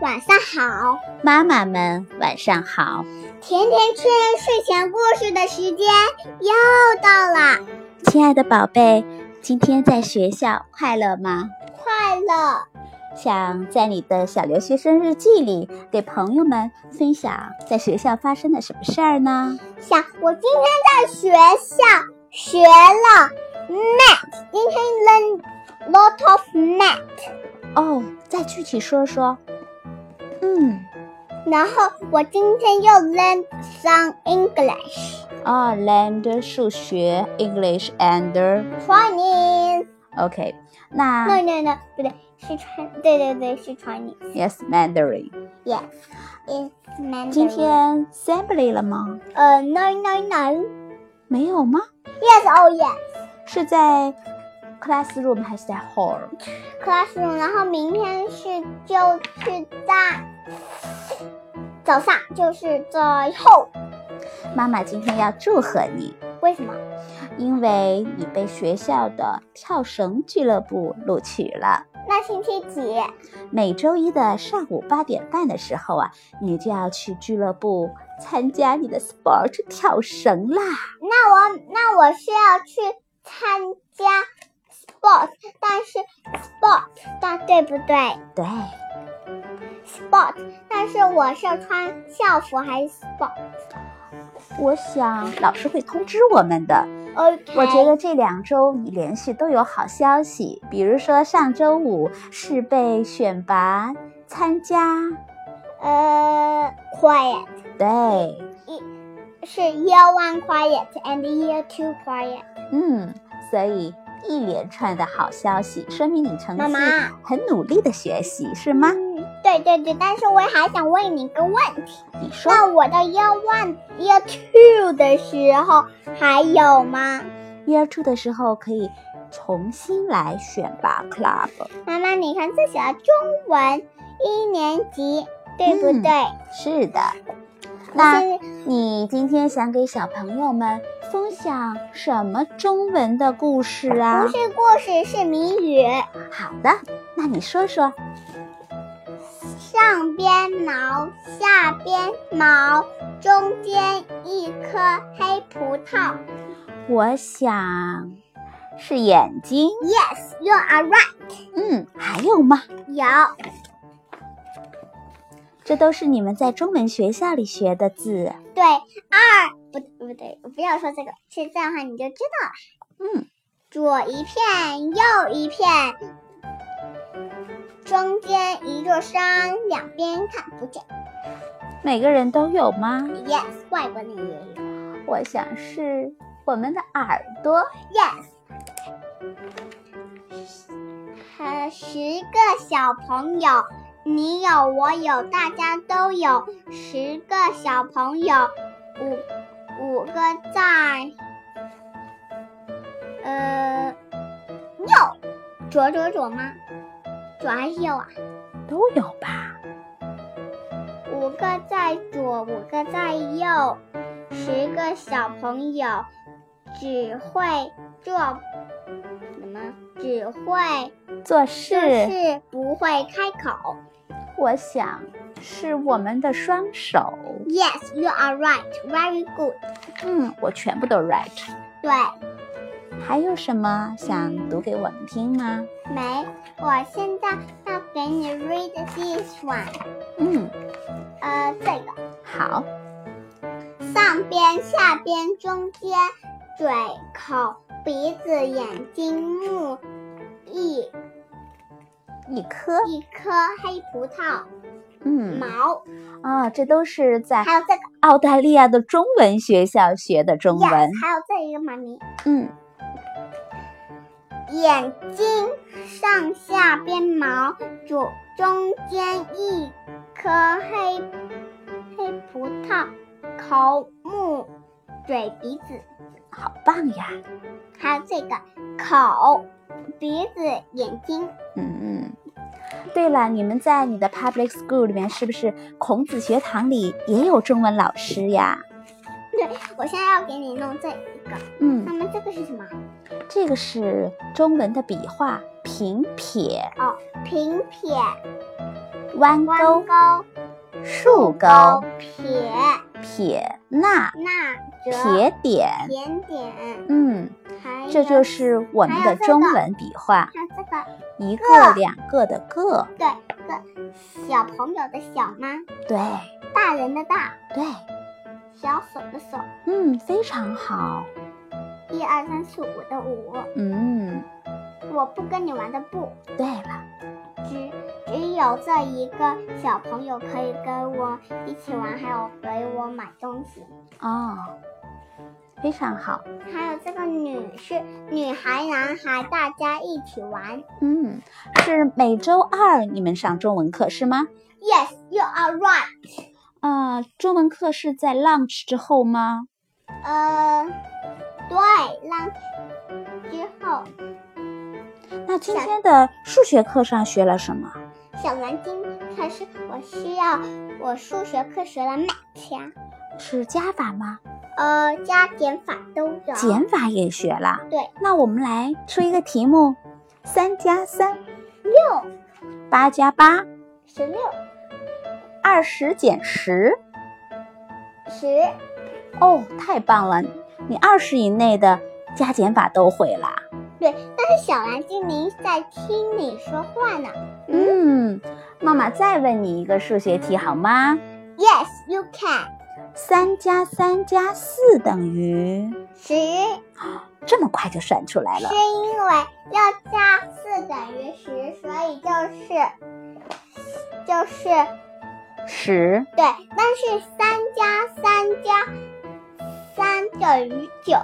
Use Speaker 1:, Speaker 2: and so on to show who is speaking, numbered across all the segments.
Speaker 1: 晚上好，
Speaker 2: 妈妈们晚上好。
Speaker 1: 甜甜圈睡前故事的时间又到了，
Speaker 2: 亲爱的宝贝，今天在学校快乐吗？
Speaker 1: 快乐。
Speaker 2: 想在你的小留学生日记里给朋友们分享在学校发生的什么事儿呢？
Speaker 1: 想我今天在学校学了 math，今天 learn lot of math。
Speaker 2: 哦，再具体说说。嗯，
Speaker 1: 然后我今天又 learn some English,
Speaker 2: 哦，land 数学，English and
Speaker 1: Chinese。
Speaker 2: OK，那
Speaker 1: No no no，不对，是 Chinese，对对对，是 Chinese。
Speaker 2: Yes Mandarin。
Speaker 1: Yes, it's Mandarin。
Speaker 2: 今天 Assembly 了吗？
Speaker 1: 呃，no no no。
Speaker 2: 没有吗？
Speaker 1: Yes, oh yes.
Speaker 2: 是在 classroom 还是在 hall？
Speaker 1: Classroom，然后明天是就是在早上，就是在后。
Speaker 2: 妈妈今天要祝贺你，
Speaker 1: 为什么？
Speaker 2: 因为你被学校的跳绳俱乐部录取了。
Speaker 1: 那星期几？
Speaker 2: 每周一的上午八点半的时候啊，你就要去俱乐部参加你的 sport 跳绳啦。
Speaker 1: 那我那我是要去参加 sport，但是 sport，但对不对
Speaker 2: 对，
Speaker 1: ？sport，但是我是要穿校服还是 sport？
Speaker 2: 我想老师会通知我们的。
Speaker 1: OK，
Speaker 2: 我觉得这两周你连续都有好消息，比如说上周五是被选拔参加，
Speaker 1: 呃，quiet
Speaker 2: 对，
Speaker 1: 是 year one quiet and year two quiet。
Speaker 2: 嗯，所以一连串的好消息，说明你成绩
Speaker 1: 妈妈
Speaker 2: 很努力的学习，是吗？
Speaker 1: 嗯，对对对，但是我还想问你一个问题，
Speaker 2: 你说
Speaker 1: 那我的 Year One、Year Two 的时候还有吗？
Speaker 2: year two 的时候可以重新来选拔 club，
Speaker 1: 妈妈，你看这写了中文一年级，对不
Speaker 2: 嗯
Speaker 1: 对？
Speaker 2: 是的。
Speaker 1: 我
Speaker 2: 那
Speaker 1: 现在
Speaker 2: 你今天想给小朋友们分享什么中文的故事啊
Speaker 1: 不？是故事，是谜语。
Speaker 2: 好的，那你说说。
Speaker 1: 上边毛，下边毛，中间一颗黑葡萄。
Speaker 2: 我想是眼睛。
Speaker 1: Yes, you are right。
Speaker 2: 嗯，还有吗？
Speaker 1: 有，
Speaker 2: 这都是你们在中文学校里学的字。
Speaker 1: 对，二不不对，不要说这个，是这样的话你就知道了。
Speaker 2: 嗯，
Speaker 1: 左一片，右一片，中间一座山，两边看不见。
Speaker 2: 每个人都有吗？
Speaker 1: Yes，外国人也有。
Speaker 2: 我想是我们的耳朵。
Speaker 1: Yes，呃，十个小朋友，你有我有，大家都有。十个小朋友，五五个在，呃，右，左左左吗？左还是右啊？
Speaker 2: 都有吧？
Speaker 1: 五个在左，五个在右，十个小朋友只会做什么？只会
Speaker 2: 做
Speaker 1: 做
Speaker 2: 事，
Speaker 1: 事，不会开口。
Speaker 2: 我想是我们的双手。
Speaker 1: Yes, you are right. Very good.
Speaker 2: 嗯，我全部都 right。
Speaker 1: 对，
Speaker 2: 还有什么想读给我们听吗？
Speaker 1: 没，我现在要给你 read this one。
Speaker 2: 嗯，
Speaker 1: 呃，这个。
Speaker 2: 好。
Speaker 1: 上边、下边、中间，嘴、口、鼻子、眼睛、目、一
Speaker 2: 一颗，
Speaker 1: 一颗黑葡萄
Speaker 2: 嗯，
Speaker 1: 毛，
Speaker 2: 啊，这都是在
Speaker 1: 还有这个
Speaker 2: 澳大利亚的中文学校学的中文。
Speaker 1: yes，还有这一个妈咪，
Speaker 2: 嗯，
Speaker 1: 眼睛上下边毛，左中间一颗黑黑葡萄，口目嘴鼻子，
Speaker 2: 好棒呀！
Speaker 1: 还有这个口鼻子眼睛，
Speaker 2: 嗯嗯。对了，你们在你的 public school 里面是不是孔子学堂里也有中文老师呀？
Speaker 1: 对我现在要给你弄这一个。
Speaker 2: 嗯
Speaker 1: 那，么这个是什么？
Speaker 2: 这个是中文的笔画，平撇、
Speaker 1: 哦，平撇、
Speaker 2: 弯
Speaker 1: 弯
Speaker 2: 钩、
Speaker 1: 钩、
Speaker 2: 竖
Speaker 1: 高
Speaker 2: 钩、
Speaker 1: 撇、
Speaker 2: 撇捺、
Speaker 1: 捺、折、
Speaker 2: 撇点。
Speaker 1: 点点，
Speaker 2: 嗯，
Speaker 1: 还
Speaker 2: 这
Speaker 1: 有
Speaker 2: 就是我们
Speaker 1: 还
Speaker 2: 的
Speaker 1: 有这
Speaker 2: 中
Speaker 1: 个
Speaker 2: 文笔画，
Speaker 1: 像这个
Speaker 2: 一
Speaker 1: 个
Speaker 2: 个、两个的个。
Speaker 1: 对个小朋友的小吗？
Speaker 2: 对
Speaker 1: 大人的大，
Speaker 2: 对，
Speaker 1: 小手的手，
Speaker 2: 嗯，非常好。
Speaker 1: 一二三四五的五，
Speaker 2: 嗯，
Speaker 1: 我不跟你玩的不，
Speaker 2: 对了，
Speaker 1: 只只有这一个小朋友可以跟我一起玩，还有给我买东西。
Speaker 2: 哦，非常好。
Speaker 1: 还有这个女是女孩、男孩，大家一起玩。
Speaker 2: 嗯，是每周二你们上中文课是吗？
Speaker 1: Yes, you are right.
Speaker 2: 啊、中文课是在 lunch 之后吗？
Speaker 1: 呃，对，让之后
Speaker 2: 那今天的数学课上学了什么？
Speaker 1: 小蓝今开始，我需要我数学课学了 math 呀，
Speaker 2: 是加法吗？
Speaker 1: 呃，加减法都有。
Speaker 2: 减法也学了。
Speaker 1: 对，
Speaker 2: 那我们来出一个题目：三加三，
Speaker 1: 六
Speaker 2: 八加八，
Speaker 1: 十六
Speaker 2: 二十减十。
Speaker 1: 十
Speaker 2: 哦，太棒了！你二十以内的加减法都会啦。
Speaker 1: 对，但是小蓝精灵在听你说话呢。
Speaker 2: 嗯，妈妈再问你一个数学题好吗？
Speaker 1: Yes, you can。
Speaker 2: 三加三加四等于，
Speaker 1: 十是
Speaker 2: 这么快就算出来了。
Speaker 1: 因为要加四等于十，所以就是就是
Speaker 2: 十，
Speaker 1: 对，但是三加三加三等于九，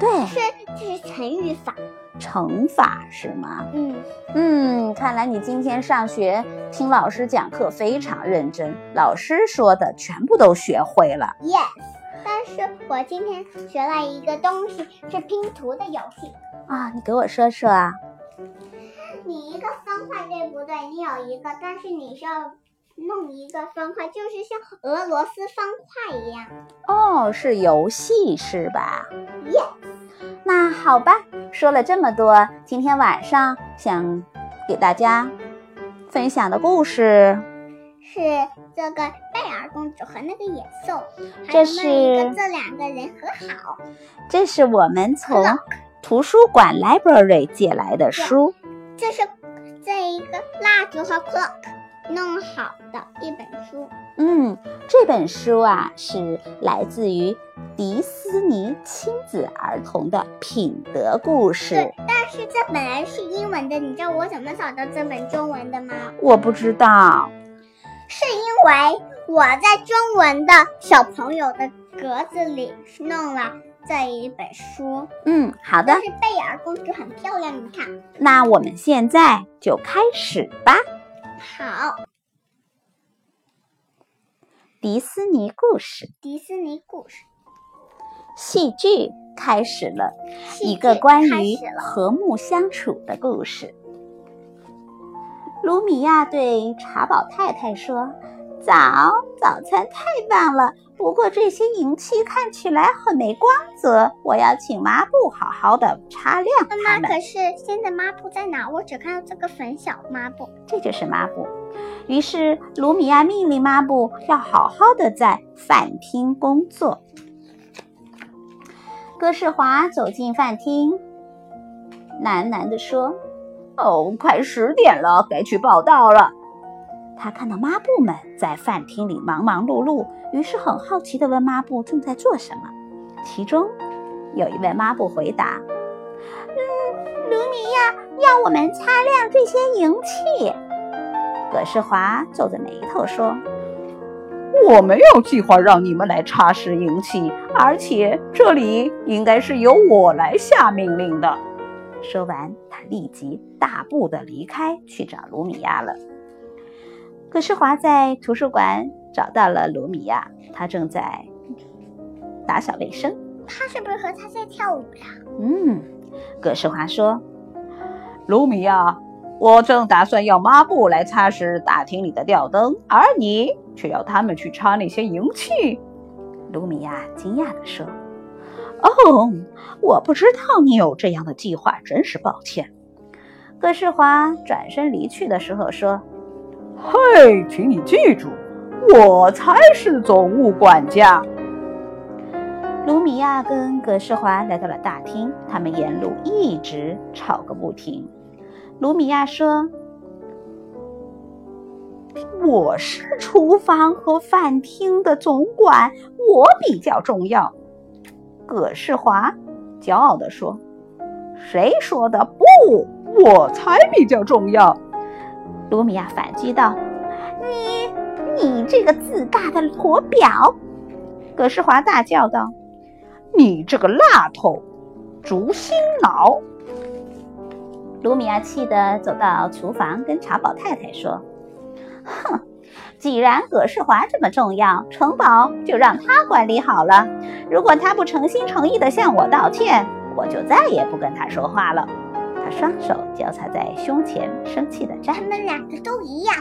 Speaker 2: 对，
Speaker 1: 是这是乘以法。
Speaker 2: 乘法是吗？
Speaker 1: 嗯，
Speaker 2: 嗯，看来你今天上学听老师讲课非常认真，老师说的全部都学会了。
Speaker 1: Yes，但是我今天学了一个东西，是拼图的游戏。
Speaker 2: 啊，你给我说说啊。
Speaker 1: 你一个方块对不对？你有一个，但是你需要弄一个方块，就是像俄罗斯方块一样。
Speaker 2: 哦，是游戏是吧？
Speaker 1: 耶、
Speaker 2: 那好吧，说了这么多，今天晚上想给大家分享的故事，
Speaker 1: 是这个贝尔公主和那个野兽，还
Speaker 2: 这
Speaker 1: 有那
Speaker 2: 是
Speaker 1: 个这两个人和好。
Speaker 2: 这是我们从图书馆 library 借来的书。
Speaker 1: 这是这一个蜡烛和 clock 弄好的一本书。
Speaker 2: 嗯，这本书啊是来自于迪斯尼亲子儿童的品德故事
Speaker 1: 对。，但是这本来是英文的，你知道我怎么找到这本中文的吗？
Speaker 2: 我不知道，
Speaker 1: 是因为我在中文的小朋友的格子里弄了这一本书。
Speaker 2: 嗯，好的
Speaker 1: 但，是贝尔公主很漂亮，你看。
Speaker 2: 那我们现在就开始吧。
Speaker 1: 好，
Speaker 2: 迪斯尼故事
Speaker 1: 迪士尼故事
Speaker 2: 戏剧开始了，
Speaker 1: 戏
Speaker 2: 一
Speaker 1: 剧
Speaker 2: 个关
Speaker 1: 开
Speaker 2: 于
Speaker 1: 始了。
Speaker 2: 和睦相处的故事。卢米亚对茶宝太太说：“早，早餐太棒了，不过这些银器看起来很没光泽，我要请抹布好好的擦亮它
Speaker 1: 妈妈，
Speaker 2: 们。
Speaker 1: 可是现在抹布在哪？我只看到这个粉小抹布。
Speaker 2: 这就是抹布。”于是，卢米亚命令抹布要好好的在饭厅工作。哥世华走进饭厅，喃喃地说：“哦，快十点了，该去报道了。”他看到抹布们在饭厅里忙忙碌碌，于是很好奇地问抹布正在做什么。其中有一位抹布回答：“嗯，卢米亚要我们擦亮这些银器。”葛世华皱着眉头说：“我没有计划让你们来擦拭银器，而且这里应该是由我来下命令的。”说完，他立即大步的离开，去找卢米亚了。葛世华在图书馆找到了卢米亚，他正在打扫卫生。
Speaker 1: 她是不是和她在跳舞呀？
Speaker 2: 嗯，葛世华说：“卢米亚，我正打算要抹布来擦拭大厅里的吊灯，而你啊却要他们去擦那些银器。”卢米亚惊讶地说：“哦，我不知道你有这样的计划，真是抱歉。”葛世华转身离去的时候说
Speaker 3: 嘿，请你记住，我才是总务管家。：“
Speaker 2: 卢米亚跟葛世华来到了大厅，他们沿路一直吵个不停。”卢米亚说：“我是厨房和饭厅的总管，我比较重要。”葛世华骄傲地说：“谁说的不？”
Speaker 3: 我才比较重要。
Speaker 2: 卢米亚反击道：“你，你这个自大的鸵表！”葛世华大叫道
Speaker 3: 你这个辣头，竹心脑！：“
Speaker 2: 卢米亚气得走到厨房，跟茶宝太太说：‘哼，既然葛世华这么重要，城堡就让他管理好了。如果他不诚心诚意地向我道歉，我就再也不跟他说话了。’”他双手交叉在胸前，生气地站
Speaker 1: 他
Speaker 2: 着。
Speaker 1: 们两个都一样，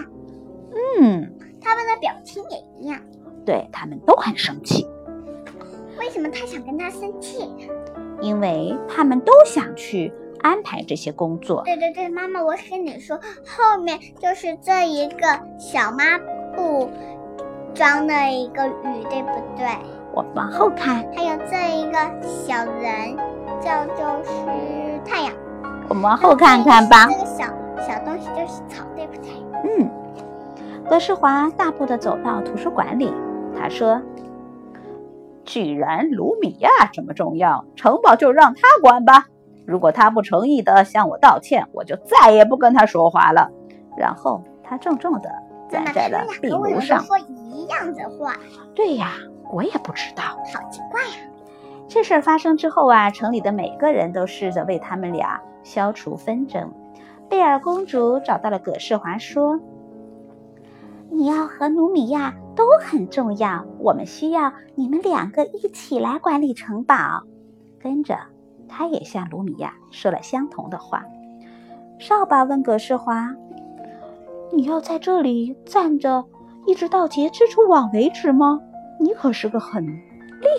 Speaker 2: 嗯，
Speaker 1: 他们的表情也一样。
Speaker 2: 对他们都很生气。
Speaker 1: 为什么他想跟他生气？
Speaker 2: 因为他们都想去安排这些工作。
Speaker 1: 对对对，妈妈，我跟你说，后面就是这一个小抹布装的一个雨，对不对？
Speaker 2: 我们往后看，
Speaker 1: 还有这一个小人，这就是太阳。
Speaker 2: 我们往后看看吧。
Speaker 1: 这个小小东西就是草，对不对？
Speaker 2: 嗯，葛世华大步地走到图书馆里，他说
Speaker 3: 既然卢米亚这么重要，城堡就让他管吧。如果他不诚意的向我道歉，我就再也不跟他说话了。：“
Speaker 2: 然后他重重地
Speaker 1: 妈
Speaker 2: 站
Speaker 1: 妈，哎
Speaker 2: 在
Speaker 1: 他
Speaker 2: 了
Speaker 1: 们两
Speaker 2: 壁
Speaker 1: 个为
Speaker 2: 炉
Speaker 1: 什
Speaker 2: 上
Speaker 1: 么。说一样的话？”
Speaker 2: 对呀，我也不知道。
Speaker 1: 好奇怪呀、
Speaker 2: 这事儿发生之后啊，城里的每个人都试着为他们俩消除纷争。贝尔公主找到了葛世华，说：“你要和努米亚都很重要，我们需要你们两个一起来管理城堡。”跟着，她也向努米亚说了相同的话。扫把问葛世华：“你要在这里站着，一直到截蜘蛛网为止吗？你可是个很厉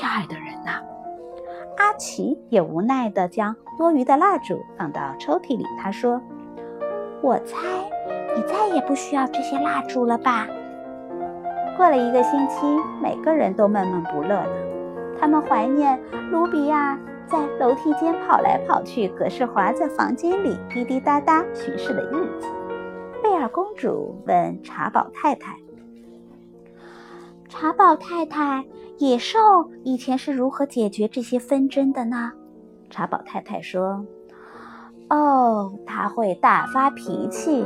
Speaker 2: 害的人呐、阿奇也无奈地将多余的蜡烛放到抽屉里。他说：“我猜你再也不需要这些蜡烛了吧？”过了一个星期，每个人都闷闷不乐了。他们怀念卢比亚在楼梯间跑来跑去，葛世华在房间里滴滴答答巡视的日子。贝尔公主问茶宝太太：“茶宝太太，野兽以前是如何解决这些纷争的呢？茶宝太太说：“哦，他会大发脾气，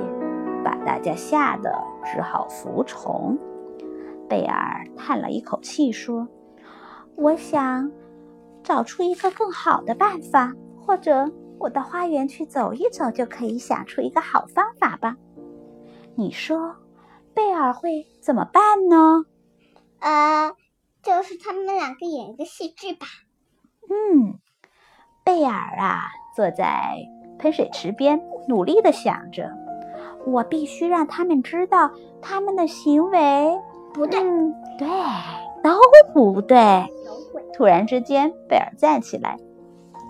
Speaker 2: 把大家吓得只好服从。”贝尔叹了一口气说：“我想找出一个更好的办法，或者我到花园去走一走，就可以想出一个好方法吧。你说，贝尔会怎么办呢？”
Speaker 1: 呃，就是他们两个演一个戏剧吧。
Speaker 2: 嗯，贝尔啊，坐在喷水池边，努力的想着，我必须让他们知道他们的行为
Speaker 1: 不对，
Speaker 2: 嗯，对，都不对。
Speaker 1: 都会。
Speaker 2: 突然之间，贝尔站起来，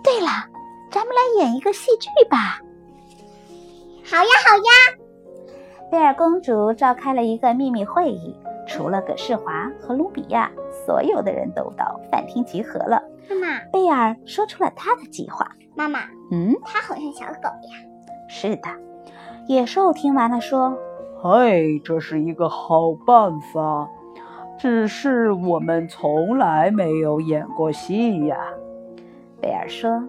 Speaker 2: 对了，咱们来演一个戏剧吧。
Speaker 1: 好呀，好呀，
Speaker 2: 贝尔公主召开了一个秘密会议，除了葛世华和卢比亚，所有的人都到饭厅集合了。
Speaker 1: 妈妈，
Speaker 2: 贝尔说出了他的计划。
Speaker 1: 妈妈，
Speaker 2: 嗯。
Speaker 1: 它好像小狗呀。
Speaker 2: 是的，野兽听完了说
Speaker 3: 嘿，这是一个好办法，只是我们从来没有演过戏呀、：“
Speaker 2: 贝尔说，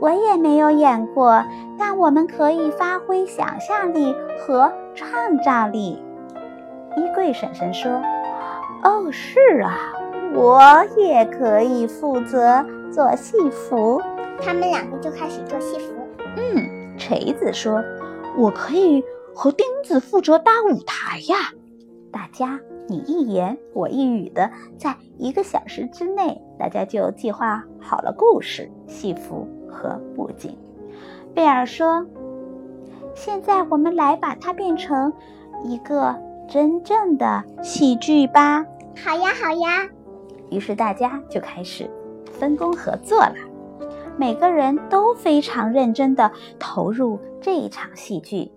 Speaker 2: 我也没有演过，但我们可以发挥想象力和创造力。”衣柜婶婶说：“哦，是啊，我也可以负责做戏服。
Speaker 1: 他们两个就开始做戏服。”
Speaker 2: 嗯，锤子说：“我可以和钉子负责搭舞台呀。”大家你一言我一语的，在一个小时之内，大家就计划好了故事、戏服和布景。贝尔说：“现在我们来把它变成一个真正的喜剧吧。”
Speaker 1: 好呀，好呀，
Speaker 2: 于是大家就开始分工合作了，每个人都非常认真地投入这一场戏剧。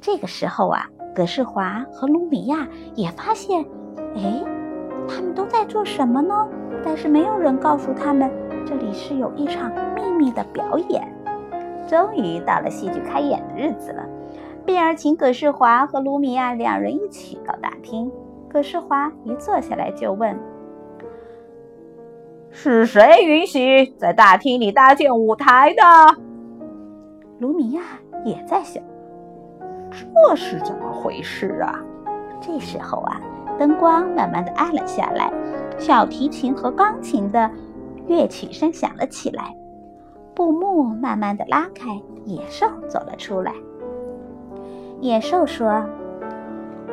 Speaker 2: 这个时候啊，葛世华和卢米亚也发现，哎，他们都在做什么呢？但是没有人告诉他们，这里是有一场秘密的表演。终于到了戏剧开演的日子了，贝尔请葛世华和卢米亚两人一起到大厅。葛世华一坐下来就问
Speaker 3: 是谁允许在大厅里搭建舞台的？
Speaker 2: 卢米亚，也在想。
Speaker 3: 这是怎么回事啊？
Speaker 2: 这时候啊，灯光慢慢的暗了下来，小提琴和钢琴的乐曲声响了起来，布幕慢慢的拉开，野兽走了出来。野兽说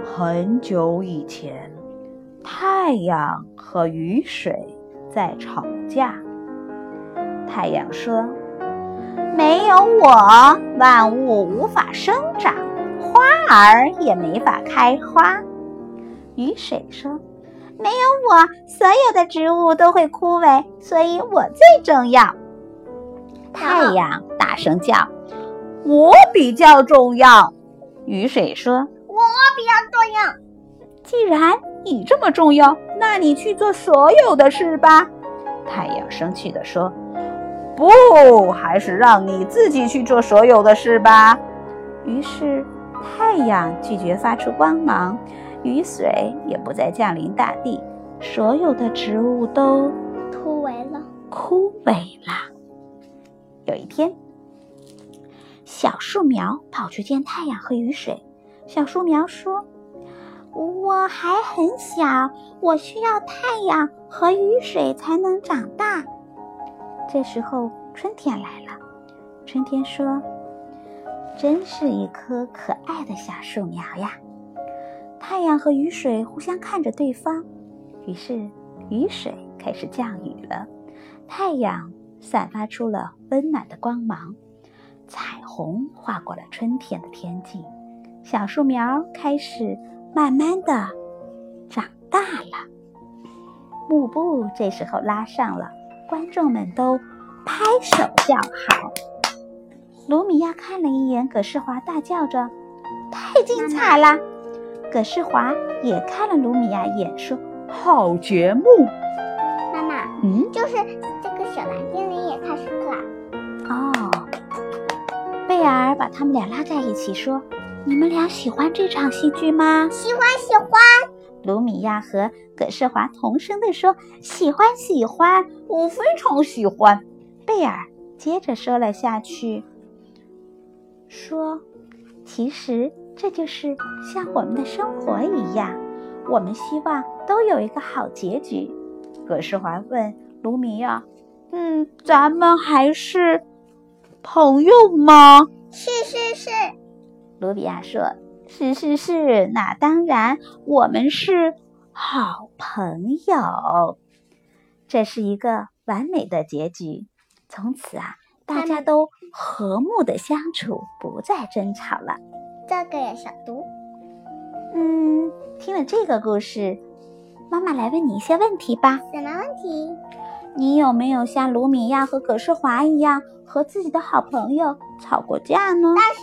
Speaker 3: 很久以前，太阳和雨水在吵架。：“
Speaker 2: 太阳说，没有我，万物无法生长，花儿也没法开花。”雨水说，没有我，所有的植物都会枯萎，所以我最重要。太阳大声叫。
Speaker 3: 我比较重要。
Speaker 2: 雨水说
Speaker 1: 这样：“
Speaker 2: 既然
Speaker 3: 你这么重要，那你去做所有的事吧。”太阳生气地说：“不，还是让你自己去做所有的事吧。”
Speaker 2: 于是太阳拒绝发出光芒，雨水也不再降临大地，所有的植物都
Speaker 1: 突围了。
Speaker 2: 枯萎了。有一天，小树苗跑去见太阳和雨水。小树苗说：“我还很小，我需要太阳和雨水才能长大。”这时候，春天来了。春天说：“真是一棵可爱的小树苗呀！”太阳和雨水互相看着对方，于是雨水开始降雨了。太阳散发出了温暖的光芒，彩虹划过了春天的天际，小树苗开始慢慢的长大了。幕布这时候拉上了，观众们都拍手叫好。卢米亚看了一眼葛世华，大叫着：“太精彩啦！”葛世华也看了卢米亚一眼，说
Speaker 3: 好节目，
Speaker 1: 妈妈，
Speaker 3: 嗯，
Speaker 1: 就是这个小蓝精灵也开始了。：“
Speaker 2: 哦。”贝尔把他们俩拉在一起说：“你们俩喜欢这场戏剧吗？”
Speaker 1: 喜欢喜欢，
Speaker 2: 卢米亚和葛世华同声地说：“喜欢，喜欢，我非常喜欢。”贝尔接着说了下去，说：“其实这就是像我们的生活一样，我们希望都有一个好结局。”葛世华问卢米亚：“嗯，咱们还是朋友吗？”
Speaker 1: 是是是，
Speaker 2: 卢比亚说：“是是是，那当然，我们是好朋友。”这是一个完美的结局。从此啊，大家都和睦的相处，不再争吵了。
Speaker 1: 这个也想读。
Speaker 2: 嗯，听了这个故事，妈妈来问你一些问题吧。
Speaker 1: 什么问题？
Speaker 2: 你有没有像卢米亚和葛世华一样，和自己的好朋友吵过架呢？
Speaker 1: 但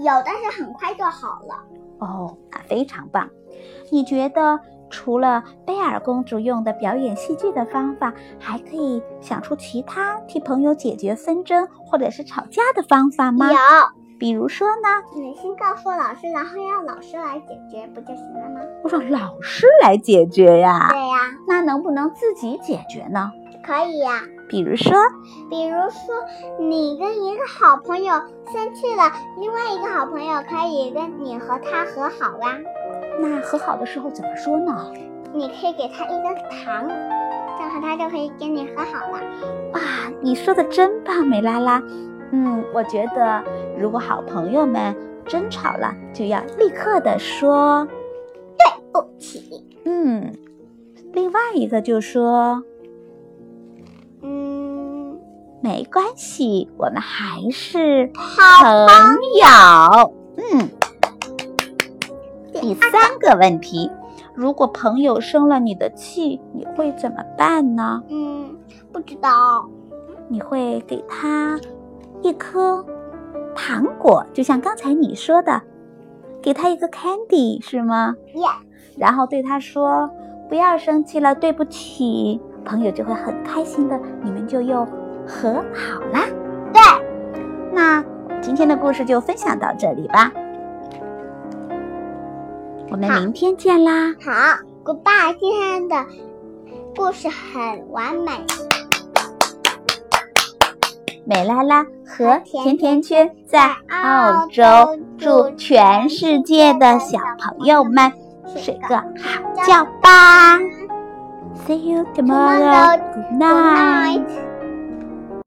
Speaker 1: 是有，但是很快就好了。
Speaker 2: 哦，那非常棒！你觉得除了贝尔公主用的表演戏剧的方法，还可以想出其他替朋友解决纷争或者是吵架的方法吗？
Speaker 1: 有，
Speaker 2: 比如说呢？
Speaker 1: 你先告诉老师，然后让老师来解决，不就行了吗？
Speaker 2: 我让老师来解决呀。
Speaker 1: 对呀、
Speaker 2: 那能不能自己解决呢？
Speaker 1: 可以呀、
Speaker 2: 比如说，
Speaker 1: 比如说，你跟一个好朋友生气了，另外一个好朋友可以跟你和他和好啦。
Speaker 2: 那和好的时候怎么说呢？
Speaker 1: 你可以给他一根糖，这样他就可以跟你和好了。
Speaker 2: 哇，你说的真棒，美拉拉。嗯，我觉得如果好朋友们争吵了，就要立刻的说。
Speaker 1: 不起，
Speaker 2: 嗯，另外一个就说
Speaker 1: 嗯，
Speaker 2: 没关系，我们还是
Speaker 1: 好，
Speaker 2: 朋友。嗯，
Speaker 1: 第
Speaker 2: 第三个问题，如果朋友生了你的气，你会怎么办呢？
Speaker 1: 嗯，不知道，
Speaker 2: 你会给他一颗糖果，就像刚才你说的，给他一个 candy 是吗？
Speaker 1: 耶、
Speaker 2: 然后对他说：“不要生气了，对不起。”朋友就会很开心的，你们就又和好啦。
Speaker 1: 对，
Speaker 2: 那今天的故事就分享到这里吧，我们
Speaker 1: 好
Speaker 2: 明天见啦，
Speaker 1: 好，Goodbye，今天的故事很完美。
Speaker 2: 美拉拉和甜甜圈在澳
Speaker 1: 澳
Speaker 2: 洲
Speaker 1: 洲，
Speaker 2: 祝全世界的小朋友们睡个好觉吧。See you
Speaker 1: Tomorrow.
Speaker 2: tomorrow. Good
Speaker 1: Good
Speaker 2: night.
Speaker 1: night.